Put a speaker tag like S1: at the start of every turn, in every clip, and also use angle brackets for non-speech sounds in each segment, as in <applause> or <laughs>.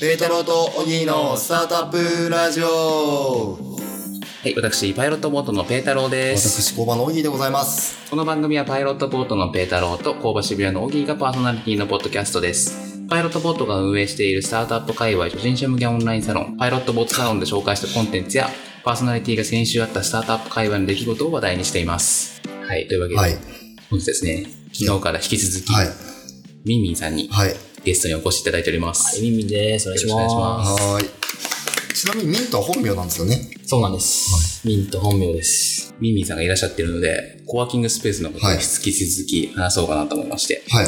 S1: ペータローとオギーのスタートアップラジオ
S2: はい、私、パイロットボートのペータローです。
S1: 私工場のオギーでございます
S2: この番組はパイロットボートのペータローと工場渋谷のオギーがパーソナリティのポッドキャストです。パイロットボートが運営しているスタートアップ界隈初心者向けオンラインサロン、パイロットボートサロンで紹介したコンテンツや、パーソナリティが先週あったスタートアップ界隈の出来事を話題にしています。はい、というわけで、
S1: はい
S2: 本日ですね、昨日から引き続き、
S1: はい
S2: ミンミンさんに
S1: はい
S2: ゲストにお越しいただいております。
S3: ミンミンです。お願いします。
S2: よろしくお願いしま
S1: はーいちなみにミントは本名なんですよね
S3: そうなんです。ミント本名です。
S2: ミンミンさんがいらっしゃってるので、コワーキングスペースのことを
S1: はい
S2: 引き続き話そうかなと思いまして、
S1: はい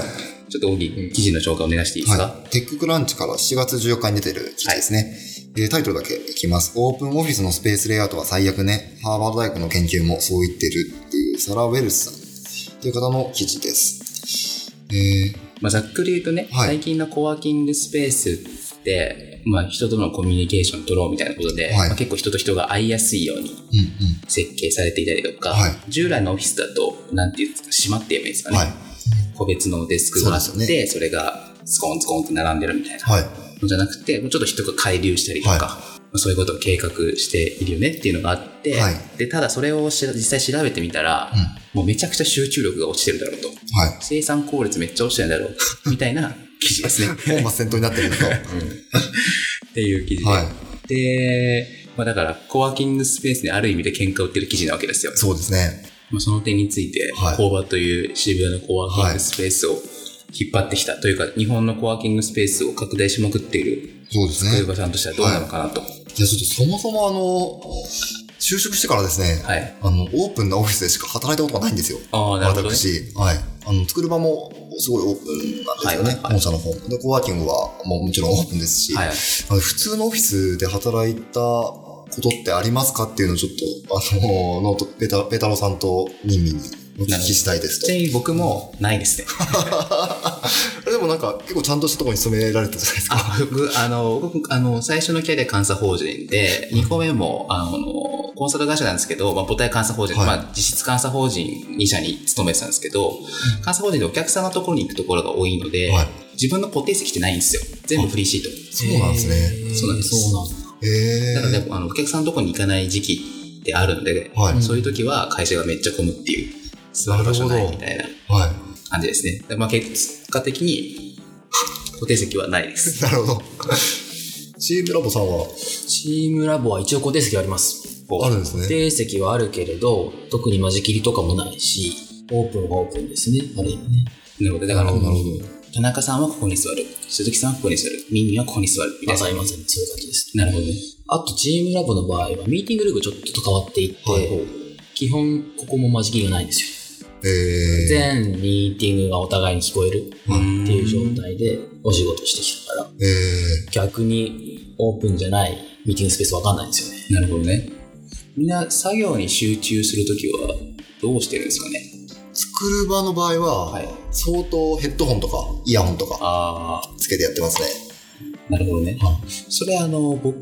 S2: ちょっとオギー、記事の紹介お願いしていいですか、
S1: はい、テッククランチから7月14日に出てる記事ですね、えータイトルだけいきますオープンオフィスのスペースレイアウトは最悪ねハーバード大学の研究もそう言ってるっていうサラ・ウェルスさんという方の記事ですえー
S2: まあ、ざっくり言うとね、
S1: はい
S2: 最近のコワーキングスペースって、まあ、人とのコミュニケーション取ろうみたいなことで、
S1: はい
S2: まあ、結構人と人が会いやすいように
S1: うん
S2: 設計されていたりとか、
S1: はい
S2: 従来のオフィスだと、なんていうんですか、閉まって言えばいいんですか
S1: うん
S2: ね。
S1: はい
S2: 個別のデスクがあって、
S1: そう
S2: そ,、
S1: ですよ
S2: れがスコーンスコーンって並んでるみたいな
S1: はい
S2: のじゃなくて、もうちょっと人が介入したりとか、
S1: は
S2: まあそういうことを計画しているよねっていうのがあって、
S1: はい
S2: でただそれをし実際調べてみたら、
S1: うん
S2: もうめちゃくちゃ集中力が落ちてるだろうと。
S1: はい
S2: 生産効率めっちゃ落ちてるんだろ
S1: <laughs>
S2: うみたいな記事ですね。
S1: まあ先頭になってるのと
S2: っていう記事で。
S1: はい
S2: で、まあ、だから、コワーキングスペースにある意味で喧嘩を売ってる記事なわけですよ。
S1: そうですね
S2: まあ、その点について、
S1: はい
S2: 工場という渋谷のコワーキングスペースを引っ張ってきた、というか、日本のコワーキングスペースを拡大しまくっている
S1: そうです
S2: 工
S1: ね
S2: 場さんとしてはどうなのかなと。
S1: いや、ちょっとそもそもあの、就職してからですね、
S2: はい。
S1: あの、オープンなオフィスでしか働いたことがないんですよ。
S2: ああ、なるほど、ね。
S1: 私、はい。あの、作る場もすごいオープンなんですよね。
S2: はいはいはい
S1: 本社の方も。で、コワーキングはもうもちろんオープンですし、
S2: はい。
S1: あの普通のオフィスで働いたことってありますかっていうのをちょっと、あの、ノート、ペタ、ペタロさんとニンミンにお聞きしたいです
S2: ちなみに僕もないです
S1: <laughs>
S2: ね。
S1: と。 <laughs> でもなんか、結構ちゃんとしたところに勤められたじゃないですか。
S2: あ僕、あの、僕、あの、最初のキャリア監査法人で、2個目も、あの、コンサル会社なんですけど、まあ、母体監査法人、
S1: はい
S2: まあ、実質監査法人2社に勤めてたんですけど、監査法人でお客さんのところに行くところが多いので、
S1: はい
S2: 自分の固定席ってないんですよ。全部フリーシート。
S1: そうなんですね。
S3: へー
S2: そうなんです
S3: そうなんだ
S1: え
S2: なので、
S1: ー。
S2: あの、お客さんのところに行かない時期ってあるので、
S1: はい
S2: そういう時は会社がめっちゃ混むっていう、座る場所な
S1: なる
S2: い
S1: ほど
S2: みたいな
S1: はい。
S2: 感じですね。でまあ、結果的に、固定席はないです。
S1: なるほど。チームラボさんは、
S3: チームラボは一応固定席あります。
S1: あるんですね
S3: 固定席はあるけれど、特に間仕切りとかもないし、オープンはオープンですね。ある意味ね。
S2: なので、だから、
S1: なるほど
S2: 田中さんはここに座る、鈴木さんはここに座る、ミニはここに座る、みた
S3: ま
S2: いな
S3: さ。にまさにそういう感じです。
S2: なるほどね。
S3: あと、チームラボの場合は、ミーティングルームちょっと変わっていって、
S1: はい
S3: 基本、ここも間仕切りがないんですよ。
S1: えー、
S3: 全ミーティングがお互いに聞こえるっていう状態でお仕事してきたから、
S1: えー、
S3: 逆にオープンじゃないミーティングスペースわかんないんですよね。
S2: なるほどね。みんな作業に集中するときはどうしてるんですかね
S1: 作る場の場合は、
S2: はい
S1: 相当ヘッドホンとかイヤホンとか
S2: ああ、
S1: つけてやってますね。
S2: なるほどね
S1: は。
S2: それあの、僕、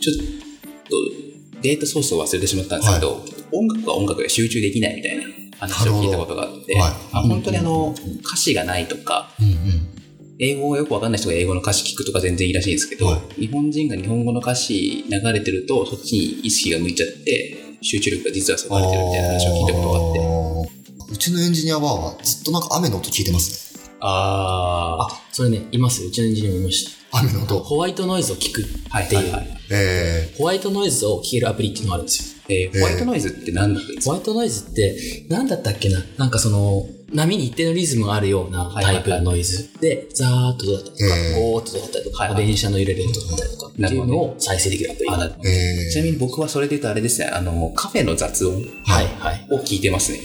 S2: ちょっとデータソースを忘れてしまったんですけど、音楽は音楽で集中できないみたいな話を聞いたことがあって、
S1: なるほどはい
S2: まあ、本当にあの、歌詞がないとか、
S1: うん
S2: 英語がよくわかんない人が英語の歌詞聞くとか全然いいらしいんですけど、
S1: は
S2: 日本人が日本語の歌詞流れてるとそっちに意識が向いちゃって集中力が実はそがれてるみたいな話を聞いたことがあって
S1: うちのエンジニアはずっとなんか雨の音聞いてますね。
S2: あ
S3: あ、それね、いますよ。うちのエンジニアもいまし
S1: 雨の
S3: た。
S1: 音。
S3: ホワイトノイズを聞くって、
S2: はいいうはいはい
S1: え
S3: ホワイトノイズを聞けるアプリっていうのがあるんですよ。
S2: えーホワイトノイズって何なんですか、
S3: ホワイトノイズって、何だったっけななんかその、波に一定のリズムがあるようなタイプのノイズで、ザーっとだったりと
S1: え
S3: か、
S1: ー
S3: ゴーっとだったりと
S2: はい
S3: か、
S2: はい
S3: 電車の揺れる音だったりとかっていうのを再生できるアプリ。
S2: あ
S3: は
S2: なるほ
S1: ー、
S2: ど
S1: えー、
S2: ちなみに僕はそれで言うとあれですねあのカフェの雑音
S3: い、はい。
S2: を聞いてますね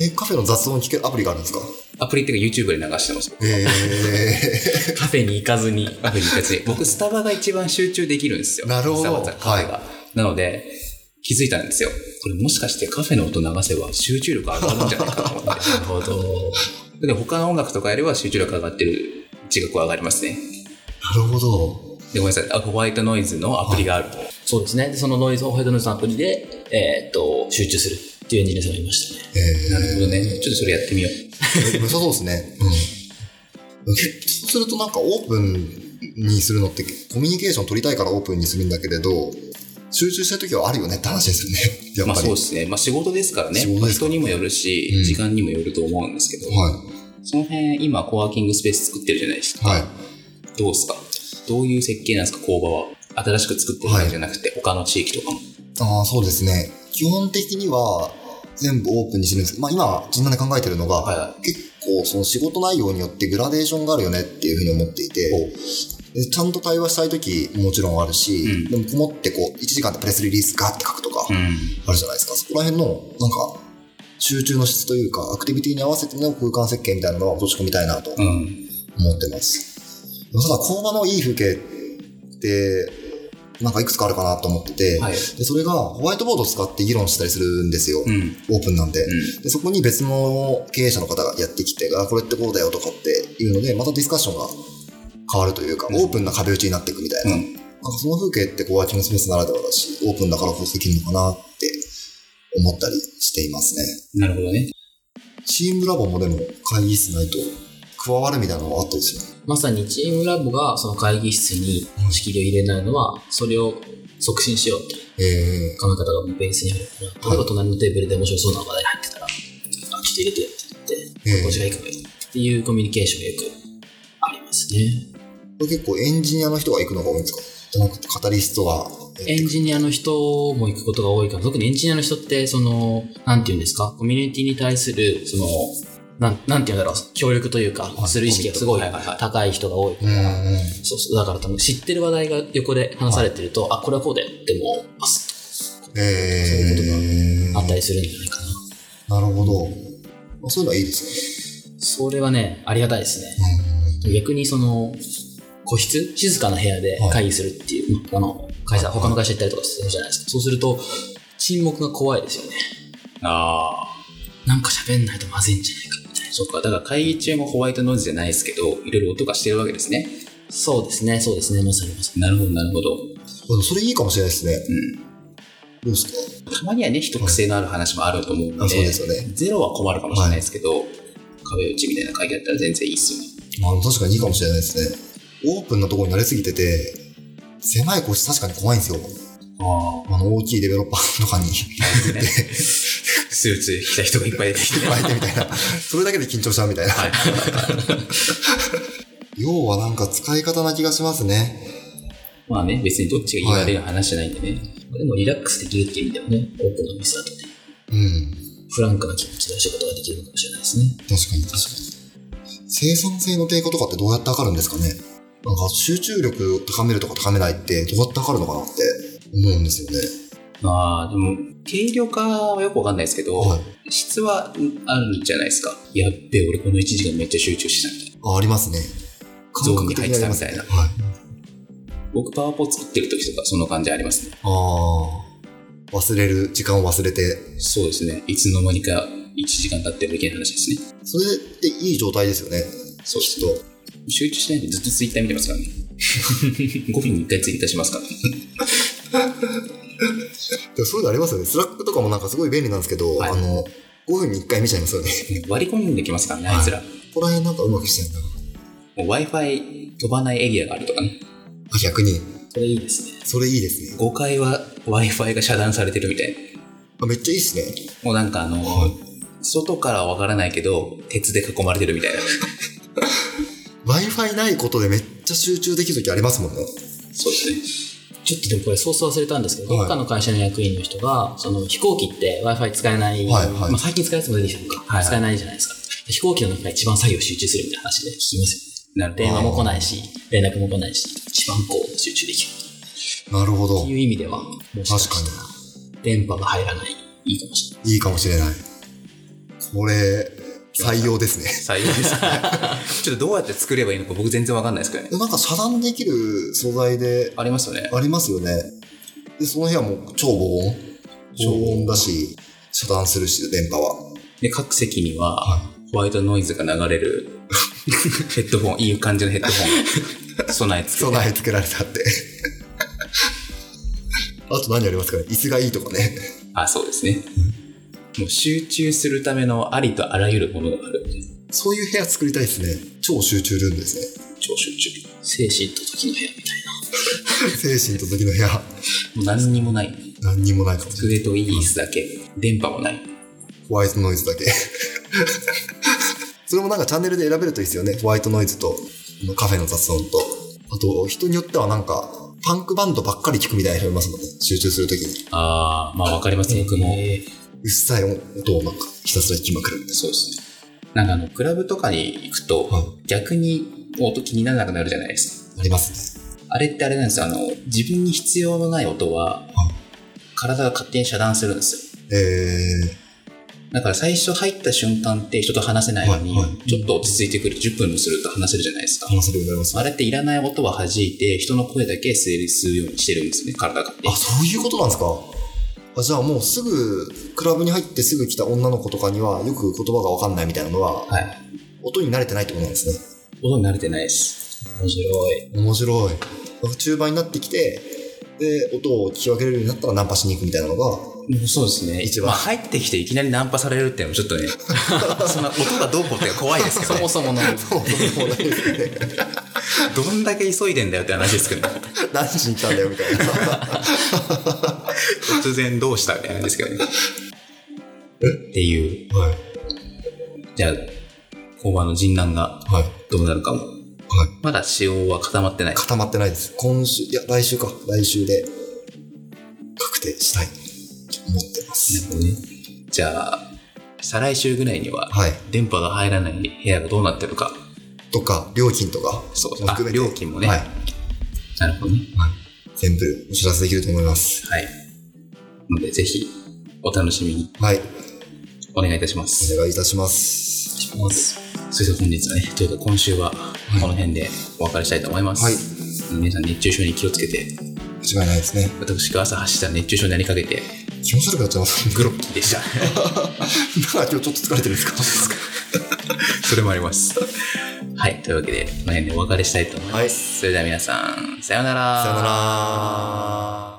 S1: え、カフェの雑音聞けるアプリがあるんですか
S2: アプリっていうか YouTube で流してます
S1: えー、
S3: カフェに行かずに。
S2: カフェに行かずに <laughs> 僕スタバが一番集中できるんですよ
S1: なるほど
S2: スタバとかカフェが、なので気づいたんですよこれもしかしてカフェの音流せば集中力上がるんじゃないかと思って
S3: なるほど。
S2: <laughs> で他の音楽とかよりは集中力上がってる自覚は上がりますね。
S1: <laughs> なるほど。
S2: で、ごめんなさい。あホワイトノイズのアプリがあると。
S3: そうですね。で、そのノイズ、ホワイトノイズのアプリで、えーっと、集中するっていうエンジニアさんがいましたね。
S1: え
S2: なるほどね。ちょっとそれやってみよう。
S1: <laughs> ー、良さそうですね。うん。結構そうするとなんかオープンにするのって、コミュニケーション取りたいからオープンにするんだけれど、集中したい時はあるよねって話ですよね。 <laughs> やっ
S2: まあ
S1: ぱ
S2: そう
S1: り。
S2: ですね。まあ仕事ですからね。
S1: 仕事
S2: まあ
S1: ですか
S2: 人
S1: ら
S2: にもよるし、
S1: うん
S2: 時間にもよると思うんですけど、その辺今コワーキングスペース作ってるじゃないですか。
S1: はい。はい。
S2: どうですかどういう設計なんですか工場は。新しく作ってるわけじゃなくて、他の地域とかも。
S1: ああ、そうですね。基本的には、全部オープンにしてるんですけど、まあ今、みんなで考えてるのが、
S2: は
S1: 結構その仕事内容によってグラデーションがあるよねっていうふうに思っていて、でちゃんと対話したい時ももちろんあるし、
S2: う
S1: でもこもってこう、1時間でプレスリリースガーって書くとか、
S2: うん。
S1: あるじゃないですか。そこら辺の、なんか、集中の質というか、アクティビティに合わせての空間設計みたいなのは落とし込みたいなと
S2: うん。
S1: 思ってます。でもただ、工場のいい風景って、なんかいくつかあるかなと思ってて、
S2: はい。
S1: でそれがホワイトボードを使って議論したりするんですよ、
S2: うん。
S1: オープンなんで,、
S2: う
S1: で。そこに別の経営者の方がやってきて、あ、これってこうだよとかっていうので、またディスカッションが変わるというか、
S2: うん
S1: オープンな壁打ちになっていくみたいな。
S2: うん。
S1: なんかその風景ってこうワーキングスペースならではだし、オープンだからこそできるのかなって思ったりしていますね。
S2: なるほどね。
S1: チームラボもでも会議室ないと加わるみたいなのはあったですよね。
S3: まさにチームラボがその会議室に仕切りを入れないのは、それを促進しようっていう
S1: え
S3: 考え方がもうベースにあるから、
S1: はい
S3: 例えば隣のテーブルで面白そうな話題入ってたら、あ、ちょっと入れてよって
S1: え
S3: 言
S1: え
S3: って、こっちがいいかもいいっていうコミュニケーションがよくありますね。
S1: これ結構エンジニアの人が行くのが多いんですかじゃなくてカタリストがやって
S3: エンジニアの人も行くことが多いから、特にエンジニアの人って、その、なんていうんですか、コミュニティに対する、その、なん、なんていうんだろう、協力というか、する意識がすごい
S2: はいはいはい
S3: 高い人が多いか
S1: うん
S3: ら、
S1: うん。
S3: そうそう、だから多分知ってる話題が横で話されてると、あ、これはこうだよってもう、パスッと
S1: え
S3: あったりするんじゃないかな。
S1: なるほど。そういうのはいいです
S3: それはね、ありがたいですね。
S1: よね。
S3: 逆にその、個室静かな部屋で会議するっていう、あの、会社、他の会社行ったりとかするじゃないですか。そうすると、沈黙が怖いですよね。
S2: ああ。
S3: なんか喋んないとまずいんじゃないかみたいな。
S2: そっか。だから会議中もホワイトノイズじゃないですけど、いろいろ音がしてるわけですね。
S3: そうですね、そうですね、まさにまさに。
S2: なるほど、なるほど。
S1: うん。でもそれいいかもしれないですね。
S2: うん。
S1: どうですか
S2: たまにはね、人癖のある話もあると思うの
S1: あ
S2: で、
S1: そうですよね
S2: ゼロは困るかもしれないですけど、壁打ちみたいな会議だったら全然いいっすよね。
S1: まあ、確かにいいかもしれないですね。オープンなところに慣れすぎてて、狭い個室確かに怖いんですよ。
S2: あ
S1: あの、大きいデベロッパーとかに <laughs>
S2: あ、ね。スーツ着た人がいっぱい出て
S1: <laughs>
S2: きて。
S1: 入ってみたいな。それだけで緊張しちゃうみたいな。
S2: はい。
S1: 要はなんか使い方な気がしますね。
S2: まあね、別にどっちが言われる話じゃないんでね。
S3: でもリラックスできるっていう意味でもね、多くのミスだとね、
S1: うん。
S3: フランクな気持ちでお仕事ができるのかもしれないですね。
S1: 確かに確かに。生産性の低下とかってどうやって測るんですかねなんか集中力を高めるとか高めないってどうやって測るのかなって思うんですよね。
S2: まあ、でも、軽量化はよくわかんないですけど、
S1: はい
S2: 質はうんあるじゃないですか。やっべ、俺この1時間めっちゃ集中したみたいな。
S1: あ、ありますね。
S2: ゾ
S1: 感
S2: ーン
S1: 覚
S2: に
S1: 的
S2: 入っ
S1: にありま
S2: てたみ
S1: す
S2: た
S1: ね。
S2: いな。
S1: はい。
S2: 僕、パワーポ作ってる時とか、その感じありますね。
S1: ああ。忘れる、時間を忘れて。
S2: そうですね。いつの間にか1時間経ってるだけの話ですね。
S1: それでいい状態ですよね。
S2: そうです
S1: きっと。
S2: 集中しないでずっとツイッター見てますからね。5分に1回ツイッターしますからね。
S1: でもそういうのありますよね。スラックとかもなんかすごい便利なんですけど、
S2: はい
S1: あの、5分に1回見ちゃいますよね。 <laughs>
S2: 割り込んできますからね、あいつら。
S1: ここら辺なんかうまくしてんだ。
S2: もう Wi-Fi 飛ばないエリアがあるとかね。
S1: あ、逆に。
S3: それいいですね。
S1: それいいですね。
S2: 5階は Wi-Fi が遮断されてるみたいな。
S1: あ、めっちゃいいっすね。
S2: もうなんかあの、
S1: は
S2: 外からはわからないけど、鉄で囲まれてるみたいな。
S1: Wi-Fi ないことでめっちゃ集中できるときありますもんね。
S2: そうですね。
S3: ちょっとでもこれソース忘れたんですけど、
S1: はい
S3: どっかの会社の役員の人が、その飛行機って Wi-Fi 使えない、
S1: はいはい
S3: まあ最近使えるやつも出てきたのか、
S2: はい
S3: 使えないじゃないですか。飛行機の中が一番作業集中するみたいな話で聞きますよね。
S2: なるほど
S3: 電話も来ないし、連絡も来ないし、一番こう集中できる
S1: なるほど
S3: と。いう意味では、もしか
S1: 確か
S3: したら電波が入らない、いいかもしれない。
S1: に。いいかもしれない。これ、採用ですね。
S2: 採用 <laughs> ですね。ちょっとどうやって作ればいいのか僕全然わかんないですけどね。
S1: でなんか遮断できる素材で
S2: ありますよね。
S1: ありますよね。で、その部屋も超防音。
S2: 超
S1: 超
S2: 防音
S1: 防音だし、遮断するし、電波は。
S2: で、各席には、ホワイトノイズが流れ <laughs> るヘッドホン、いい感じのヘッドホ <laughs> ン、備え付けて。
S1: 備え付けられたって。 <laughs> あと何ありますかね椅子がいいとかね。
S2: あ、そうですね。もう集中するためのありとあらゆるものがある。
S1: そういう部屋作りたいですね。超集中ルームですね。
S2: 超集中。
S3: 精神と時の部屋みたい
S1: 精神と時の部屋、
S2: もう何にもない。
S1: 何にもないかもしれない。
S2: 机とイギリスだけ。電波もない。
S1: ホワイトノイズだけ。 <laughs> それもなんかチャンネルで選べるといいですよね。ホワイトノイズと、あのカフェの雑音と。あと、人によってはなんか、パンクバンドばっかり聞くみたいな人いますもんね。集中するときに。
S2: あー、まあわかります、
S3: な。
S2: 僕も。
S3: え
S1: うっさい音をなんか、ひたすら聞きまくるみたいな。
S2: そうですね。なんかあの、クラブとかに行くと、
S1: はい
S2: 逆に音気にならなくなるじゃないですか。
S1: ありますね。
S2: あれってあれなんですよ。あの、自分に必要のない音は、体が勝手に遮断するんですよ。
S1: え
S2: だから最初入った瞬間って人と話せないのに、
S1: はいはい
S2: ちょっと落ち着いてくる10分もすると話せるじゃないですか
S1: ー、。話せるようになりますね
S2: あれっていらない音は弾いて、人の声だけ成立するようにしてるんですね、体が勝手に
S1: あ、。そういうことなんですか。あじゃあもうすぐ、クラブに入ってすぐ来た女の子とかには、よく言葉がわかんないみたいなのは、
S2: はい。
S1: 音に慣れてないってことなんですね。
S2: 音に慣れてないです。
S3: 面白い。
S1: 面白い。中盤になってきて、で、音を聞き分けれるようになったらナンパしに行くみたいなのが、
S2: もうそうですね。
S1: 一番
S2: まあ、入ってきていきなりナンパされるっていうのもちょっと <laughs> ね、そんな音がどうこうって怖いですけど、 <laughs>
S3: そ
S2: ね
S3: も、そもの。
S1: <laughs> そうそうないですね。
S2: どんだけ急いでんだよって話ですけど、ね、
S1: <laughs> 何しに来たんだよみたいな。
S2: 突然どうしたみたいなんですけ <laughs> どね。っていう、
S1: <laughs> はい。
S2: じゃあ、交番の人難が
S1: はい。
S2: どうなるかも。
S1: はい。
S2: まだ仕様は固まってない。
S1: 固まってないです。今週、いや、来週か。来週で、確定したいと思ってます。
S2: なるほどねじゃあ、再来週ぐらいには、
S1: はい。
S2: 電波が入らない部屋がどうなってるか。
S1: とか、料金とか、
S2: そう
S1: も含めて
S2: あ料金もね
S1: はい。
S2: なるほどね。
S1: 全部お知らせできると思います。
S2: はい。ので、ぜひ、お楽しみに
S1: はい。
S2: お願いいたします。
S1: お願いいたします。
S2: それでは本日はね、というか今週は、この辺でお別れしたいと思います。
S1: はい
S2: 皆さん熱中症に気をつけて、
S1: 間違いないですね。
S2: 私が朝走ったら熱中症になりかけて、
S1: 気持ち悪くなっちゃいます。 <laughs>
S2: グロッキーでした。
S1: だから今日ちょっと疲れてるんですか <laughs>
S2: <laughs> それもあります。はい。というわけで、この辺でお別れしたいと思います。
S1: はい
S2: それでは皆さん、さようなら。
S1: さよなら。